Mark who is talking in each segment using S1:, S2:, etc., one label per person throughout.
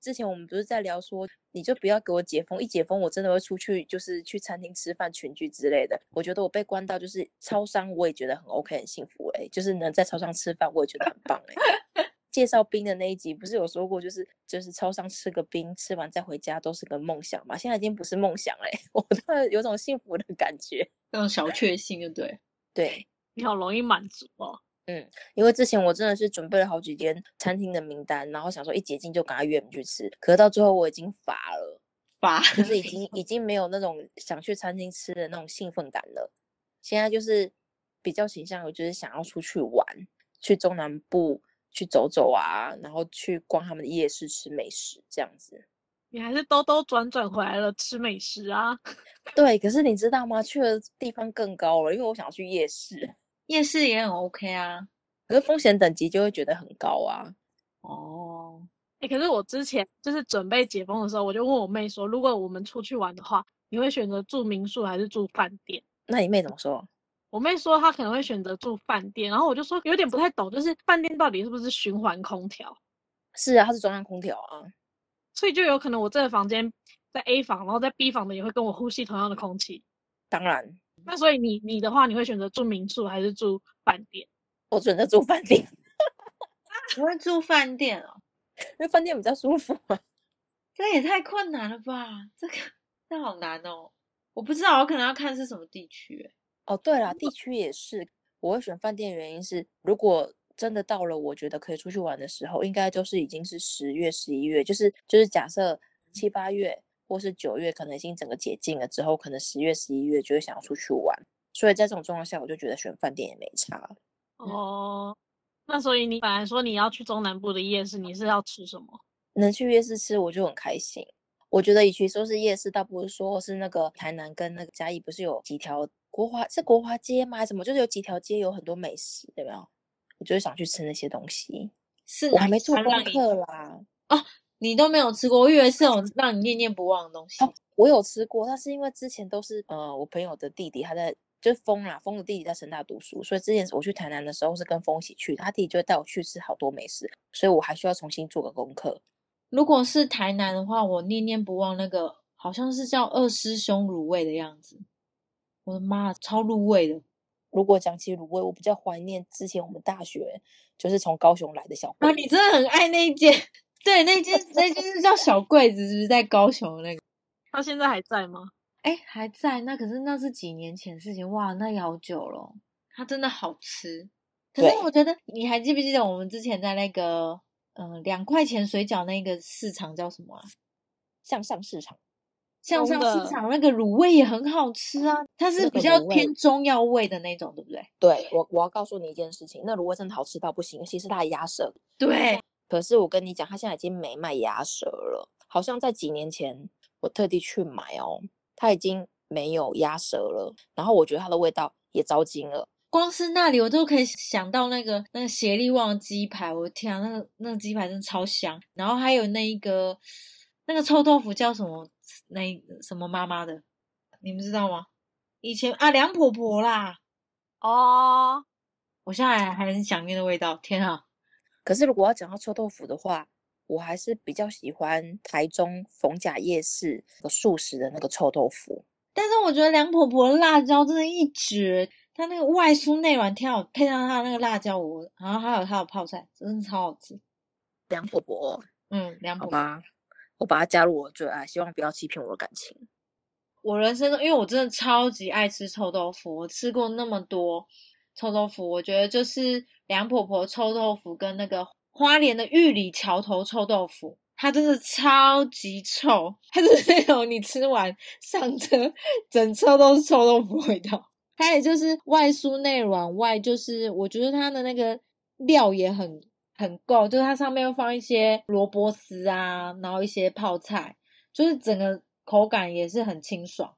S1: 之前我们不是在聊说，你就不要给我解封，一解封我真的会出去，就是去餐厅吃饭、群聚之类的。我觉得我被关到就是超商，我也觉得很 OK，很幸福哎、就是能在超商吃饭，我也觉得很棒哎、 介绍冰的那一集不是有说过，就是就是超商吃个冰，吃完再回家都是个梦想嘛。现在已经不是梦想嘞、 我突然有种幸福的感觉。
S2: 那种小确幸，对不对？
S1: 对，
S3: 你好容易满足哦。
S1: 因为之前我真的是准备了好几间餐厅的名单，然后想说一解禁就赶快约你去吃，可是到最后我已经乏了，
S2: 吧，
S1: 就是已经已经没有那种想去餐厅吃的那种兴奋感了。现在就是比较倾向于就是想要出去玩，去中南部去走走啊，然后去逛他们的夜市吃美食这样子。
S3: 你还是兜兜转转回来了，吃美食啊！
S1: 对，可是你知道吗？去的地方更高了，因为我想要去夜市，
S2: 夜市也很 OK 啊。
S1: 可是风险等级就会觉得很高啊。
S2: 哦，
S3: 哎、可是我之前就是准备解封的时候，我就问我妹说，如果我们出去玩的话，你会选择住民宿还是住饭店？
S1: 那你妹怎么说？
S3: 我妹说她可能会选择住饭店，然后我就说有点不太懂，就是饭店到底是不是循环空调？
S1: 是啊，她是中央空调啊。
S3: 所以就有可能我这个房间在 A 房，然后在 B 房的也会跟我呼吸同样的空气。
S1: 当然，
S3: 那所以你你的话，你会选择住民宿还是住饭店？
S1: 我准备住饭店，
S2: 不会住饭店哦，
S1: 因为饭店比较舒服嘛。
S2: 这也太困难了吧？这个这好难哦，我不知道，我可能要看是什么地区欸。
S1: 哦，对啦，地区也是，我会选饭店，原因是如果真的到了我觉得可以出去玩的时候，应该就是已经是十月、十一月，就是就是假设七八月或是九月，可能已经整个解禁了之后，可能十月、十一月就会想要出去玩。所以在这种状况下，我就觉得选饭店也没差。
S2: 嗯
S3: 哦，那所以你本来说你要去中南部的夜市，你是要吃什么？
S1: 能去夜市吃，我就很开心。我觉得，与其说是夜市，倒不如说是那个台南跟那个嘉义，不是有几条国华是国华街吗？还是什么？就是有几条街有很多美食，有没有？我就是想去吃那些东西。
S2: 是
S1: 我
S2: 哪
S1: 还
S2: 一
S1: 没做
S2: 家
S1: 功
S2: 让你
S1: 课啦，
S2: 你都没有吃过，我以 为是有让你念念不忘的东西。
S1: 哦我有吃过，但是因为之前都是呃，我朋友的弟弟他在就是风啦，风的弟弟在成大读书，所以之前我去台南的时候是跟风一起去的，他弟弟就会带我去吃好多美食，所以我还需要重新做个功课。
S2: 如果是台南的话，我念念不忘那个好像是叫二师兄卤味的样子。我的妈，超入味的！
S1: 如果讲起卤味，我比较怀念之前我们大学就是从高雄来的小贵
S2: 啊，你真的很爱那一间， 对，那间那间是叫小柜子，是不是在高雄的那个？
S3: 他现在还在吗？
S2: 哎，还在那，可是那是几年前的事情，哇，那也好久了哦。它真的好吃，可是
S1: 对
S2: 我觉得你还记不记得我们之前在那个嗯、呃两块钱水饺那个市场叫什么啊？
S1: 向上市场。
S2: 向上
S3: 中的
S2: 市场那个卤味也很好吃啊，它是
S1: 那
S2: 比
S1: 个
S2: 较
S1: 卤味
S2: 偏中药味的那种，对不对？
S1: 对我，我要告诉你一件事情，那卤味真的好吃到不行，尤其是它的鸭舌。
S2: 对，
S1: 可是我跟你讲，它现在已经没卖鸭舌了，好像在几年前我特地去买哦，它已经没有鸭舌了。然后我觉得它的味道也糟心了。
S2: 光是那里我都可以想到那个那个协力旺的鸡排，我的天啊，那个那个鸡排真的超香。然后还有那一个那个臭豆腐叫什么那一什么妈妈的，你们知道吗？以前啊梁婆婆啦，
S3: 哦，
S2: 我现在还很想念的味道，天啊！
S1: 可是如果要讲到臭豆腐的话，我还是比较喜欢台中逢甲夜市那个素食的那个臭豆腐。
S2: 但是我觉得梁婆婆的辣椒真的一绝，她那个外酥内软，天啊，配上她那个辣椒，我然后还有她的泡菜，真的超好吃。
S1: 梁婆婆，
S2: 嗯，梁
S1: 好
S2: 婆婆。
S1: 吧，我把它加入我的最爱，希望不要欺骗我的感情。
S2: 我人生中，因为我真的超级爱吃臭豆腐，我吃过那么多臭豆腐，我觉得就是梁婆婆臭豆腐跟那个花莲的玉里桥头臭豆腐，它真的超级臭，它就是那种你吃完上车整车都是臭豆腐味道。它也就是外酥内软，外就是我觉得它的那个料也很很够，就是它上面会放一些萝卜丝啊，然后一些泡菜，就是整个口感也是很清爽，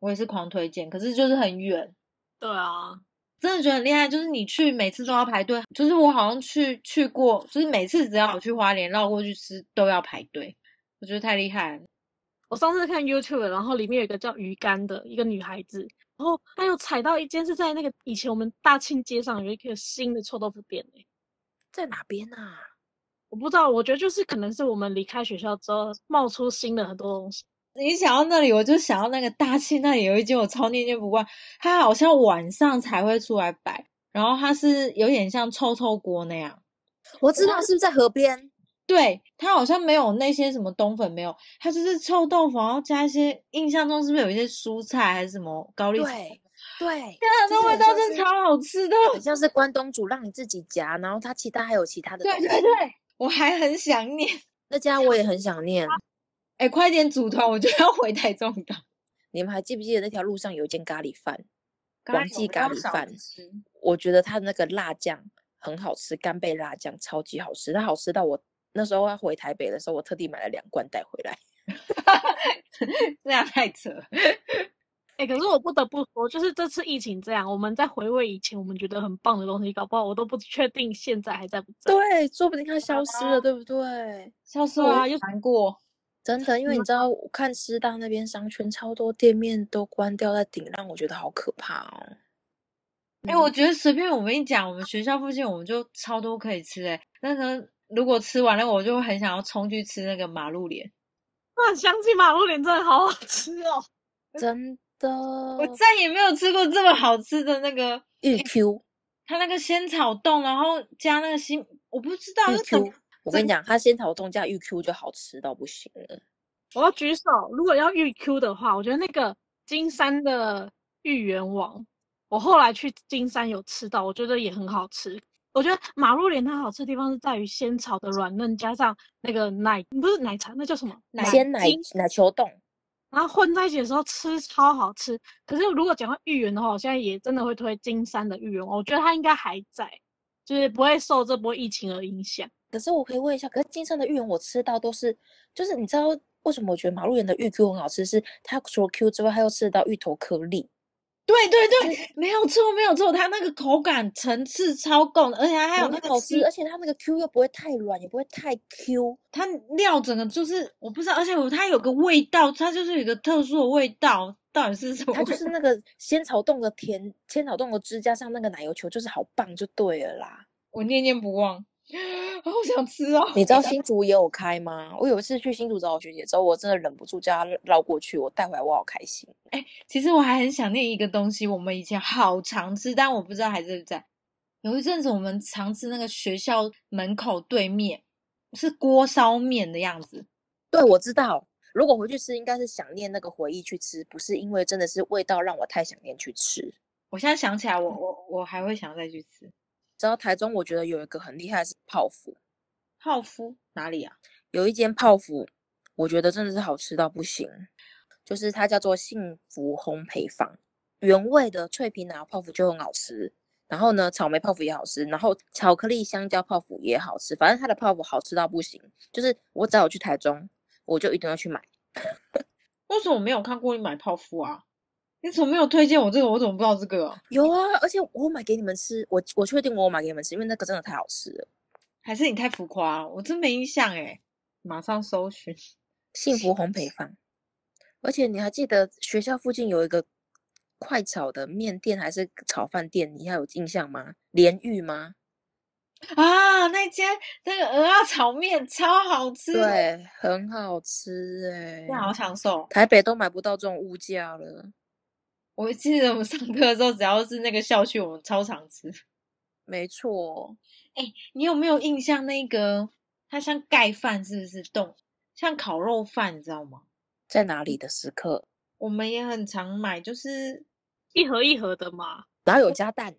S2: 我也是狂推荐。可是就是很远，
S3: 对啊，
S2: 真的觉得很厉害。就是你去每次都要排队，就是我好像去去过，就是每次只要我去花莲绕过去吃都要排队，我觉得太厉害了。
S3: 我上次看 YouTube，然后里面有一个叫鱼干的一个女孩子，然后她又踩到一间是在那个以前我们大庆街上有一个新的臭豆腐店、欸、
S1: 在哪边啊？
S3: 我不知道，我觉得就是可能是我们离开学校之后冒出新的很多东西。
S2: 你想到那里，我就想到那个大庆那里有一间我超念念不忘，它好像晚上才会出来摆，然后它是有点像臭臭锅那样。
S1: 我知道是不是在河边？
S2: 对，它好像没有那些什么冬粉，没有，它就是臭豆腐，然后加一些，印象中是不是有一些蔬菜还是什么高丽菜？
S1: 对对，
S2: 天啊，
S1: 就是
S2: 那味
S1: 很
S2: 道
S1: 像
S2: 真
S1: 是
S2: 的超好吃的。
S1: 很像是关东煮，让你自己夹，然后它其他还有其他的。
S2: 对对对，，我还很想念。
S1: 那家我也很想念。
S2: 哎、快点组团，我就要回台中的。
S1: 你们还记不记得那条路上有一间咖喱饭？
S2: 刚
S1: 王
S2: 才
S1: 记
S2: 我
S1: 咖
S2: 比
S1: 喱
S2: 较少
S1: 饭
S2: 吃
S1: 我觉得它那个辣酱很好吃，干贝辣酱超级好吃，它好吃到我那时候要回台北的时候，我特地买了两罐带回来。
S2: 这样太扯了。
S3: 哎、可是我不得不说，就是这次疫情这样，我们在回味以前我们觉得很棒的东西，搞不好我都不确定现在还在不在。
S1: 对，啊说不定它消失了，对不对？
S2: 笑死
S3: 对
S2: 我
S3: 啊
S2: 又
S3: 又
S2: 难过。
S1: 真的，因
S2: 嗯
S1: 为你知道，我看师大那边商圈超多店面都关掉在顶让我觉得好可怕哦。
S2: 嗯哎、我觉得随便我们一讲，我们学校附近我们就超多可以吃哎、那个如果吃完了，我就会很想要冲去吃那个马路莲。
S3: 哇，想起马路莲真的好好吃哦！
S1: 真的，
S2: 我再也没有吃过这么好吃的那个，
S1: 玉 Q
S2: 它那个仙草冻，然后加那个新，我不知道
S1: 玉
S2: 是怎么
S1: Q，我跟你讲，它仙草冻加玉 Q 就好吃到不行了。
S3: 我要举手，如果要玉 Q 的话，我觉得那个金山的芋圆王，我后来去金山有吃到，我觉得也很好吃。我觉得马路莲它好吃的地方是在于仙草的软嫩，加上那个奶不是奶茶，那叫什么
S2: 奶
S1: 鲜奶
S3: 精
S1: 奶球冻，
S3: 然后混在一起的时候吃超好吃。可是如果讲到芋圆的话，我现在也真的会推金山的芋圆，我觉得它应该还在，就是不会受这波疫情而影响。
S1: 可是我可以问一下，可是金山的芋圆我吃到都是，就是你知道为什么我觉得马路园的芋 Q 很好吃？是它除了 Q 之外，它又吃得到芋头颗粒。
S2: 对对
S1: 哎
S2: 对，没有错没有错，它那个口感层次超够的，而且它还有
S1: 嗯
S2: 那个
S1: 好
S2: 西
S1: 吃，而且它那个 Q 又不会太软，也不会太 Q。
S2: 它料整个就是我不知道，而且我它有个味道，它就是有一个特殊的味道，到底是什么味？
S1: 它就是那个仙草冻的甜，仙草冻的汁加上那个奶油球，就是好棒就对了啦。
S2: 我念念不忘，好想吃哦！
S1: 你知道新竹也有开吗？我有一次去新竹找我学姐之后，我真的忍不住叫她绕过去，我带回来我好开心。
S2: 其实我还很想念一个东西，我们以前好常吃，但我不知道还在不在。有一阵子我们常吃那个学校门口对面是锅烧面的样子，
S1: 对，我知道。如果回去吃，应该是想念那个回忆去吃，不是因为真的是味道让我太想念去吃。
S2: 我现在想起来我，我我还会想再去吃。
S1: 知道台中，我觉得有一个很厉害的是泡芙，
S2: 浩夫哪里啊？
S1: 有一间泡芙，我觉得真的是好吃到不行，就是它叫做幸福烘焙坊，原味的脆皮奶油泡芙就很好吃，然后呢，草莓泡芙也好吃，然后巧克力香蕉泡芙也好吃，反正它的泡芙好吃到不行，就是我只要有去台中，我就一定要去买。
S2: 为什么我没有看过你买泡芙啊？你怎么没有推荐我这个？我怎么不知道这个、啊？
S1: 有啊，而且我有买给你们吃，我我确定我有买给你们吃，因为那个真的太好吃了。
S2: 还是你太浮夸、啊我真没印象哎、马上搜寻。
S1: 幸福烘焙坊。而且你还记得学校附近有一个快炒的面店还是炒饭店，你还有印象吗？莲玉吗？
S2: 啊，那间那个鹅啊炒面超好吃，，啊
S1: 对，很好吃哎、
S2: 那好享受。
S1: 台北都买不到这种物价了。
S2: 我记得我们上课的时候，只要是那个校区，我们超常吃。
S1: 没错，
S2: 哎、你有没有印象那个它像盖饭是不是冻，像烤肉饭，你知道吗？
S1: 在哪里的时刻？
S2: 我们也很常买，就是
S3: 一盒一盒的嘛，
S1: 然
S2: 哦
S1: 后有加蛋。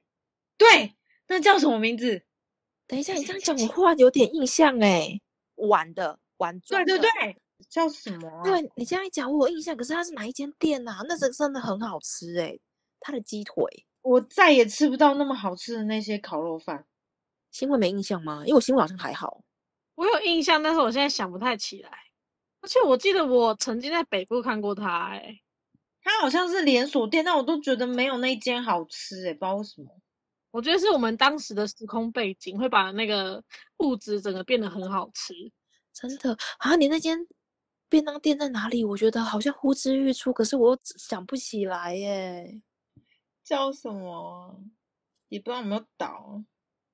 S2: 对，那叫什么名字？
S1: 等一下，你这样讲， 我忽然有点印象哎、碗的碗
S2: 对
S1: 装
S2: 对
S1: 的
S2: 对，叫什么、啊？
S1: 对你这样一讲，我有印象。可是它是哪一间店啊？那个真的很好吃哎、它的鸡腿，
S2: 我再也吃不到那么好吃的那些烤肉饭。
S1: 新闻没印象吗？因为我新闻好像还好。
S3: 我有印象，但是我现在想不太起来。而且我记得我曾经在北部看过它、欸，哎，
S2: 它好像是连锁店，但我都觉得没有那间好吃、欸，不知道为什么。
S3: 我觉得是我们当时的时空背景会把那个物质整个变得很好吃。
S1: 真的啊，你那间便当店在哪里？我觉得好像呼之欲出，可是我又只想不起来耶。
S2: 叫什么啊？也不知道有没有倒。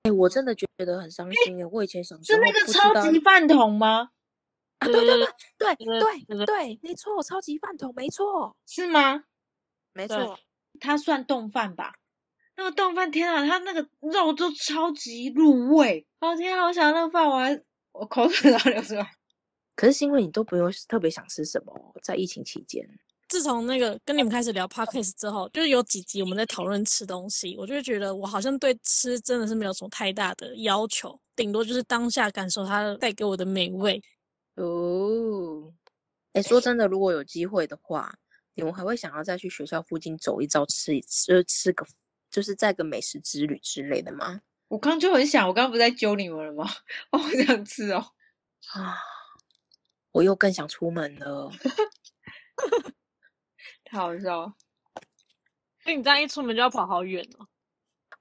S1: 哎、我真的觉得很伤心耶！我以前小时
S2: 是
S1: 候
S2: 那个
S1: 不知道
S2: 超级饭桶吗？
S1: 啊，对对
S3: 对
S1: 对
S3: 对
S1: 对
S3: 对
S1: 对
S3: 对
S1: 对，没错，超级饭桶，没错，
S2: 是吗？
S1: 没
S3: 对
S1: 错，
S2: 它算冻饭吧？那个冻饭，天啊，它那个肉都超级入味！哦天啊，好想要那个饭，我还我口水都要流出来。
S1: 可是因为你都不用特别想吃什么，在疫情期间，
S3: 自从那个跟你们开始聊 podcast 之后，就是有几集我们在讨论吃东西，我就会觉得我好像对吃真的是没有什么太大的要求，顶多就是当下感受它带给我的美味。
S1: 哦，哎，说真的，如果有机会的话，你们还会想要再去学校附近走一遭，吃一吃，就是吃个，就是再个美食之旅之类的吗？
S2: 我刚就很想，我刚不是在揪你们了吗？ 我好想吃哦。
S1: 啊，我又更想出门了。
S2: 太好笑了！
S3: 所以你这样一出门就要跑好远哦。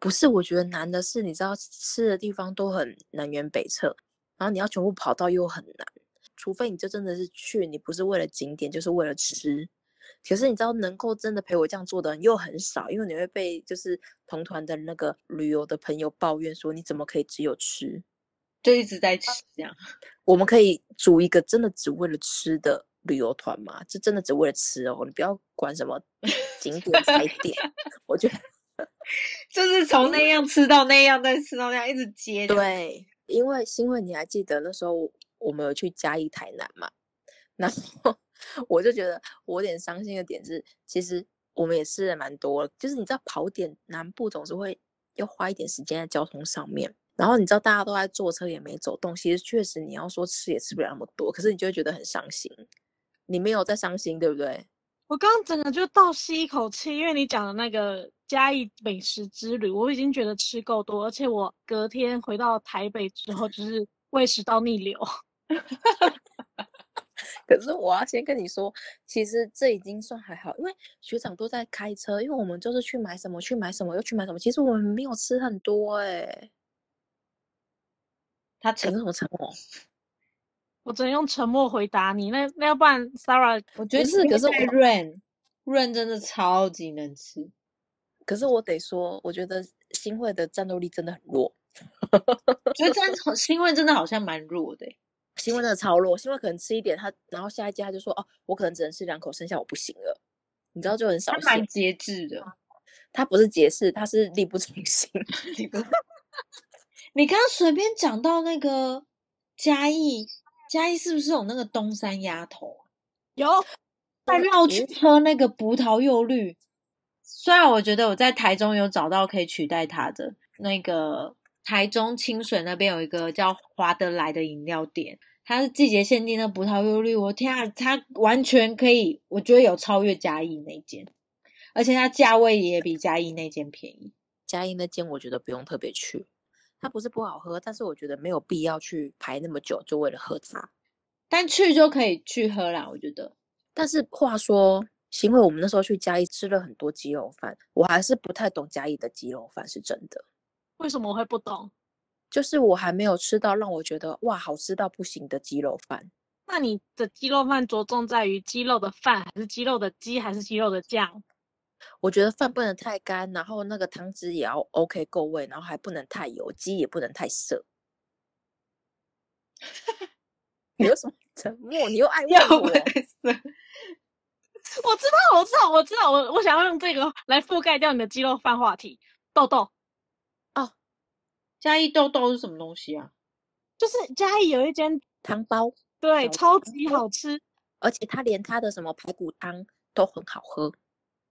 S1: 不是，我觉得难的是，你知道吃的地方都很南辕北辙，然后你要全部跑到又很难，除非你就真的是去，你不是为了景点，就是为了吃。可是你知道，能够真的陪我这样做的人又很少，因为你会被就是同团的那个旅游的朋友抱怨说，你怎么可以只有吃？
S2: 就一直在吃这样。
S1: 我们可以组一个真的只为了吃的旅游团吗？这真的只为了吃哦，你不要管什么景点踩点，我觉得。
S2: 就是从那样吃到那样，再吃到那样，一直接。，
S1: 对，因为因为你还记得那时候我们有去嘉义、台南嘛，然后我就觉得我有点伤心的点是，其实我们也吃的蛮多了，就是你知道跑点南部总是会要花一点时间在交通上面，然后你知道大家都在坐车也没走动，其实确实你要说吃也吃不了那么多，可是你就会觉得很伤心，你没有在伤心，对不对？
S3: 我刚刚整个就倒吸一口气，因为你讲的那个嘉义美食之旅，我已经觉得吃够多，而且我隔天回到台北之后，就是胃食道逆流。
S1: 可是我要先跟你说，其实这已经算还好，因为学长都在开车，因为我们就是去买什么去买什么又去买什么，其实我们没有吃很多哎、欸，
S2: 他
S1: 讲
S2: 成，
S1: 什么成哦？
S3: 我只能用沉默回答你，那那要不然 Sarah
S2: 我觉得
S1: 不是可是我
S2: 润润真的超级能吃。
S1: 可是我得说，我觉得新会的战斗力真的很弱，
S2: 我觉得真的好，新味真的好像蛮弱 的欸。
S1: 新会真的超弱，新会可能吃一点他，然后下一家就说哦，我可能只能吃两口，剩下我不行了，你知道就很少
S2: 他蛮
S1: 兴。
S2: 节制
S1: 啊
S2: 的。
S1: 他不是解释，他是力不从心。
S2: 你不你刚刚随便讲到那个嘉义，嘉义是不是有那个东山鸭头啊？
S3: 有
S2: 再绕去
S1: 嗯
S2: 喝那个葡萄柚绿。虽然我觉得我在台中有找到可以取代它的那个台中清水那边有一个叫华德来的饮料店，它是季节限定的葡萄柚绿。我天啊，它完全可以，我觉得有超越嘉义那间，而且它价位也比嘉义那间便宜。
S1: 嘉义那间我觉得不用特别去，它不是不好喝，但是我觉得没有必要去排那么久，就为了喝它。
S2: 但去就可以去喝啦，我觉 得
S1: 但是话说，因为我们那时候去嘉义吃了很多鸡肉饭，我还是不太懂嘉义的鸡肉饭是真的，
S3: 为什么我会不懂？
S1: 就是我还没有吃到让我觉得哇好吃到不行的鸡肉饭。
S3: 那你的鸡肉饭着重在于鸡肉的饭，还是鸡肉的鸡，还是鸡肉的酱？
S1: 我觉得饭不能太干，然后那个汤汁也要 OK 够味，然后还不能太油，鸡也不能太涩。 你为什么沉默？你又爱问
S2: 啊
S1: 我？
S2: 是
S3: 我知道，我知道，我知道，我我想要用这个来覆盖掉你的鸡肉饭话题。豆豆
S2: 嘉义豆豆是什么东西啊？
S3: 就是嘉义有一间
S1: 汤包，
S3: 对
S1: 小
S3: 超级好吃，
S1: 而且它连它的什么排骨汤都很好喝。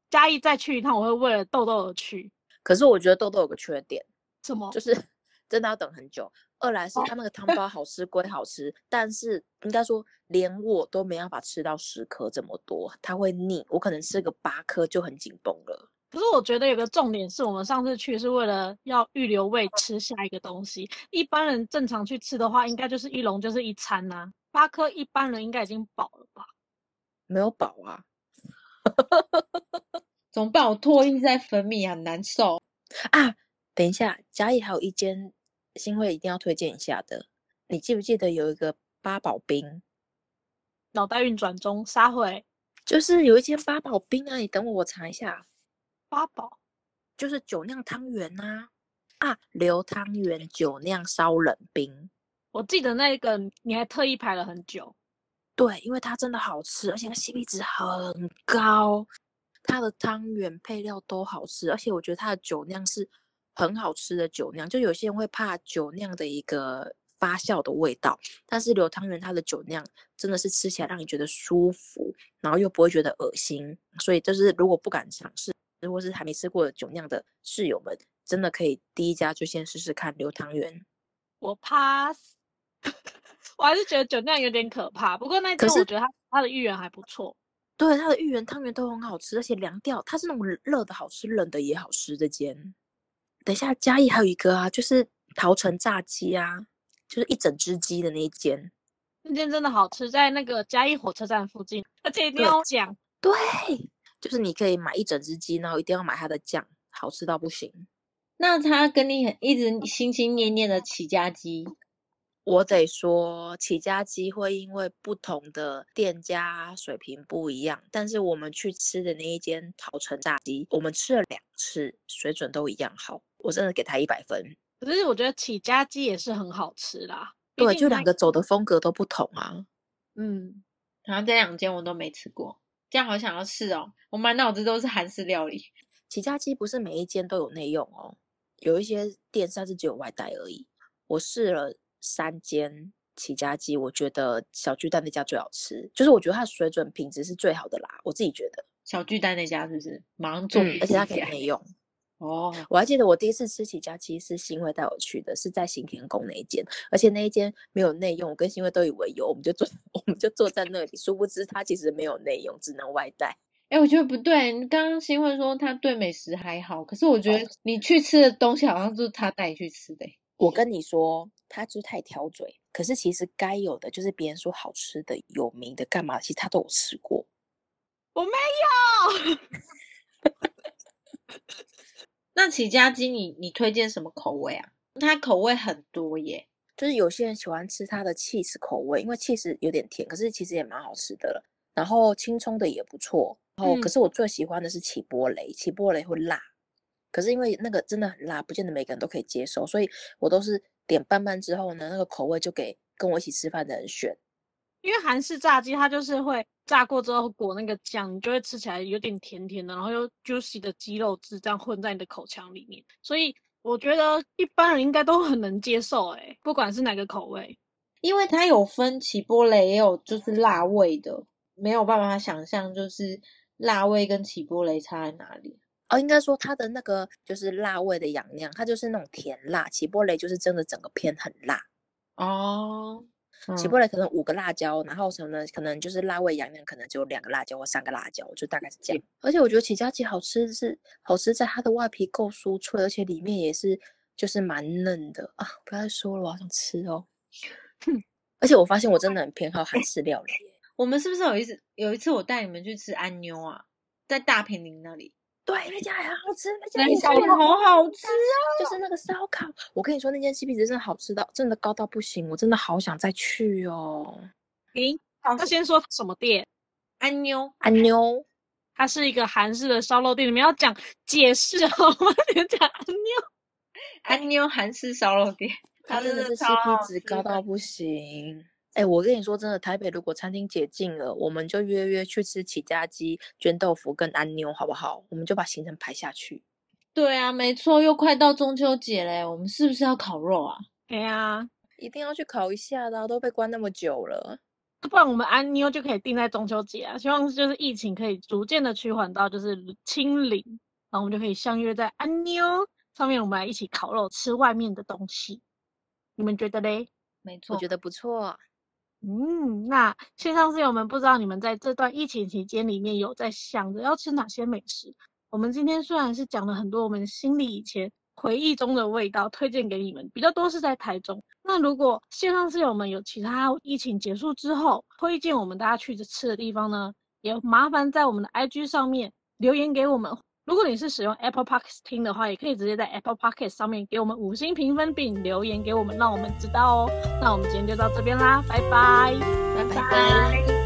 S3: 嘉义再去一趟，我会为了豆豆而去。
S1: 可是我觉得豆豆有个缺点。
S3: 什么
S1: 就？是 真的要等很久。二来是它那个汤包好吃归好吃，但是应该说连我都没办法吃到十颗这么多，它会腻。我可能吃个八颗就很紧绷了。
S3: 可是我觉得有个重点是我们上次去是为了要预留胃吃下一个东西，一般人正常去吃的话，应该就是一笼就是一餐呐、八颗一般人应该已经饱了吧？
S1: 没有饱啊！
S2: 怎么办？我唾液在分泌，很难受。
S1: 啊，等一下，嘉义还有一间新会一定要推荐一下的，你记不记得有一个八宝冰？
S3: 脑袋运转中，杀回
S1: 就是有一间八宝冰啊，你等我，我查一下，
S3: 八宝。
S1: 就是酒酿汤圆呐、啊，刘汤圆酒酿烧冷冰。
S3: 我记得那个你还特意排了很久，
S1: 对，因为它真的好吃，而且它 CP 值很高，它的汤圆配料都好吃，而且我觉得它的酒酿是很好吃的酒酿。就有些人会怕酒酿的一个发酵的味道，但是刘汤圆它的酒酿真的是吃起来让你觉得舒服，然后又不会觉得恶心。所以就是如果不敢尝试，或是还没吃过酒酿的室友们，真的可以第一家就先试试看刘汤圆。
S3: 我 pass。我还是觉得酒酿有点可怕，不过那
S1: 可
S3: 天我
S1: 是
S3: 觉得它它的芋圆还不错。
S1: 对，它的芋圆汤圆都很好吃，而且凉掉，它是那种热的好吃，冷的也好吃这间。等一下，嘉义还有一个啊，就是桃城炸鸡啊，就是一整只鸡的那一间。
S3: 那间真的好吃，在那个嘉义火车站附近，而且一定
S1: 对
S3: 要讲，
S1: 对，就是你可以买一整只鸡，然后一定要买它的酱，好吃到不行。
S2: 那他跟你很一直心心念念的起家鸡，
S1: 我得说，起家鸡会因为不同的店家水平不一样，但是我们去吃的那一间桃城炸鸡，我们吃了两次，水准都一样好，我真的给它一百分。
S3: 可是我觉得起家鸡也是很好吃啦。毕
S1: 对，
S3: 竟
S1: 就
S3: 它
S1: 两个走的风格都不同啊。
S3: 嗯，
S2: 然后这两间我都没吃过，这样好想要试哦。我满脑子都是韩式料理，
S1: 起家鸡不是每一间都有内用哦，有一些店它是只有外带而已。我试了三间起家鸡，我觉得小巨蛋那家最好吃，就是我觉得它的水准品质是最好的啦，我自己觉得。
S2: 小巨蛋那家是不是？马上做
S1: 嗯
S2: 笔
S1: 而且
S2: 记
S1: 它可
S2: 起
S1: 以
S2: 来
S1: 内用。
S2: 哦。
S1: 我还记得我第一次吃起家鸡是新会带我去的，是在行天宫那一间，而且那一间没有内用，我跟新会都以为有，我们就坐 我们就坐在那里，殊不知它其实没有内用，只能外带。
S2: 哎，我觉得不对，你刚刚新闻说他对美食还好，可是我觉
S1: 哦
S2: 得你去吃的东西好像就是他带你去吃的欸。
S1: 我跟你说，他就是太挑嘴。可是其实该有的，就是别人说好吃的、有名的、干嘛，其实他都有吃过。
S3: 我没有，
S2: 那起家鸡你你推荐什么口味啊？它口味很多耶。
S1: 就是有些人喜欢吃它的 cheese 口味，因为 cheese 有点甜，可是其实也蛮好吃的了。然后青葱的也不错。然后可
S3: 嗯
S1: 是我最喜欢的是起波雷，起波雷会辣，可是因为那个真的很辣，不见得每个人都可以接受，所以我都是点拌拌之后呢，那个口味就给跟我一起吃饭的人选。
S3: 因为韩式炸鸡它就是会炸过之后裹那个酱，你就会吃起来有点甜甜的，然后又 juicy 的鸡肉汁这样混在你的口腔里面，所以我觉得一般人应该都很能接受、欸，哎，不管是哪个口味。
S2: 因为它有分起波雷，也有就是辣味的，没有办法想象就是辣味跟起波雷差在哪里。
S1: 哦，应该说它的那个就是辣味的洋酿，它就是那种甜辣，起波雷就是真的整个偏很辣。
S2: 哦，
S1: 起
S2: 嗯
S1: 波雷可能五个辣椒，然后什么呢？可能就是辣味洋洋，可能只有两个辣椒或三个辣椒，就大概是这样。而且我觉得起家鸡好吃是好吃在它的外皮够酥脆，而且里面也是就是蛮嫩的啊！不要再说了，我好想吃哦。 而且我发现我真的很偏好韩式料理耶。
S2: 我们是不是有一次有一次我带你们去吃安妞啊，在大平林那里，
S1: 对，那家也很好吃，那家
S2: 那
S1: 也
S2: 家也
S1: 是
S2: 好好吃啊！
S1: 就是那个烧烤。我跟你说，那间 CP 值真的好吃到真的高到不行，我真的好想再去哦。
S3: 诶，
S2: 好
S3: 要先说它什么店？
S2: 安妞
S1: 安妞，
S3: 它是一个韩式的烧肉店，你们要讲解释好吗？你们讲安妞，
S2: 安妞韩式烧肉店，
S1: 它真的是
S2: 超好
S1: CP 值
S2: 吃
S1: 高
S2: 的
S1: 到不行。哎，我跟你说真的，台北如果餐厅解禁了，我们就约约去吃起家鸡、卷豆腐跟安妞，好不好？我们就把行程排下去。
S2: 对啊，没错，又快到中秋节嘞，我们是不是要烤肉啊？
S3: 哎呀，
S1: 一定要去烤一下的啊、都被关那么久了。
S3: 不然我们安妞就可以定在中秋节啊。希望就是疫情可以逐渐的趋缓到就是清零，然后我们就可以相约在安妞上面，我们来一起烤肉，吃外面的东西。你们觉得嘞？
S2: 没错
S1: 我觉得不错。啊
S3: 嗯，那线上室友们，不知道你们在这段疫情期间里面有在想着要吃哪些美食？我们今天虽然是讲了很多我们心里以前回忆中的味道，推荐给你们，比较多是在台中。那如果线上室友们有其他疫情结束之后推荐我们大家去吃的地方呢，也麻烦在我们的 IG 上面留言给我们。如果你是使用 Apple Podcast 听的话，也可以直接在 Apple Podcast 上面给我们五星评分，并留言给我们，让我们知道哦。那我们今天就到这边啦，拜拜。
S2: 拜拜。